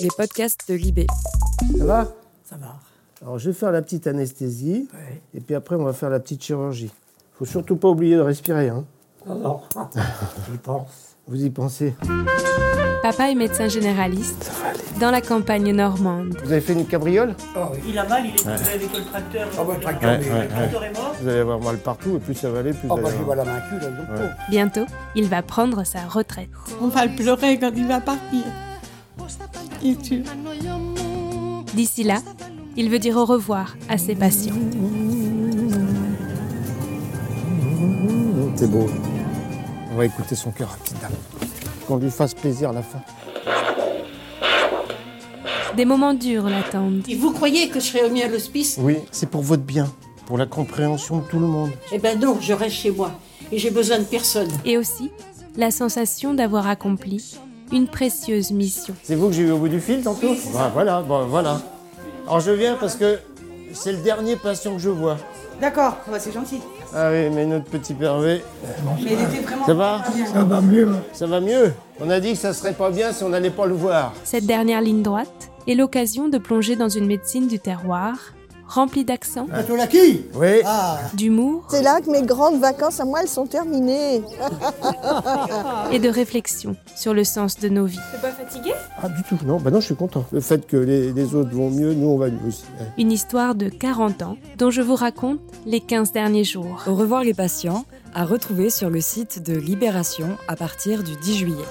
les podcasts de Libé. Ça va Ça va. Alors je vais faire la petite anesthésie Oui. et puis après on va faire la petite chirurgie. Faut surtout pas oublier de respirer, hein. Alors, j'y pense. Vous y pensez. Papa est médecin généraliste va aller. dans la campagne normande. Vous avez fait une cabriole Ah oui. Il a mal, il est tombé avec le tracteur. Ah bah, le tracteur, Ouais, mais- ouais. Le tracteur est mort. Vous allez avoir mal partout et plus ça va aller, plus Ah vous bah, allez j'ai avoir- mal à ma cul, là, donc, Ouais. oh. Bientôt, il va prendre sa retraite. On va le pleurer quand il va partir. Il tue. D'ici là, il veut dire au revoir à ses patients. Mmh, C'est beau. On va écouter son cœur, petite dame. Qu'on lui fasse plaisir à la fin. Des moments durs l'attendent. Et vous croyez que je serai mis à l'hospice Oui, c'est pour votre bien, pour la compréhension de tout le monde. Eh ben non, je reste chez moi. Et j'ai besoin de personne. Et aussi, la sensation d'avoir accompli une précieuse mission. C'est vous que j'ai eu au bout du fil tantôt Bah, Voilà, bah, voilà. Alors je viens parce que c'est le dernier patient que je vois. D'accord, bah, c'est gentil. Ah oui, mais notre petit pervers. Mais il était vraiment. Ça va Ça va mieux. hein. Ça va mieux On a dit que ça serait pas bien si on n'allait pas le voir. Cette dernière ligne droite est l'occasion de plonger dans une médecine du terroir, remplie d'accent, Bateau Laki Oui. Ah, d'humour C'est là que mes grandes vacances à moi, elles sont terminées. et de réflexion sur le sens de nos vies. Ah du tout, non, bah non, je suis content. Le fait que les, les autres vont mieux, nous on va mieux aussi. Ouais. Une histoire de 40 ans dont je vous raconte les 15 derniers jours. Au revoir les patients, à retrouver sur le site de Libération à partir du 10 juillet.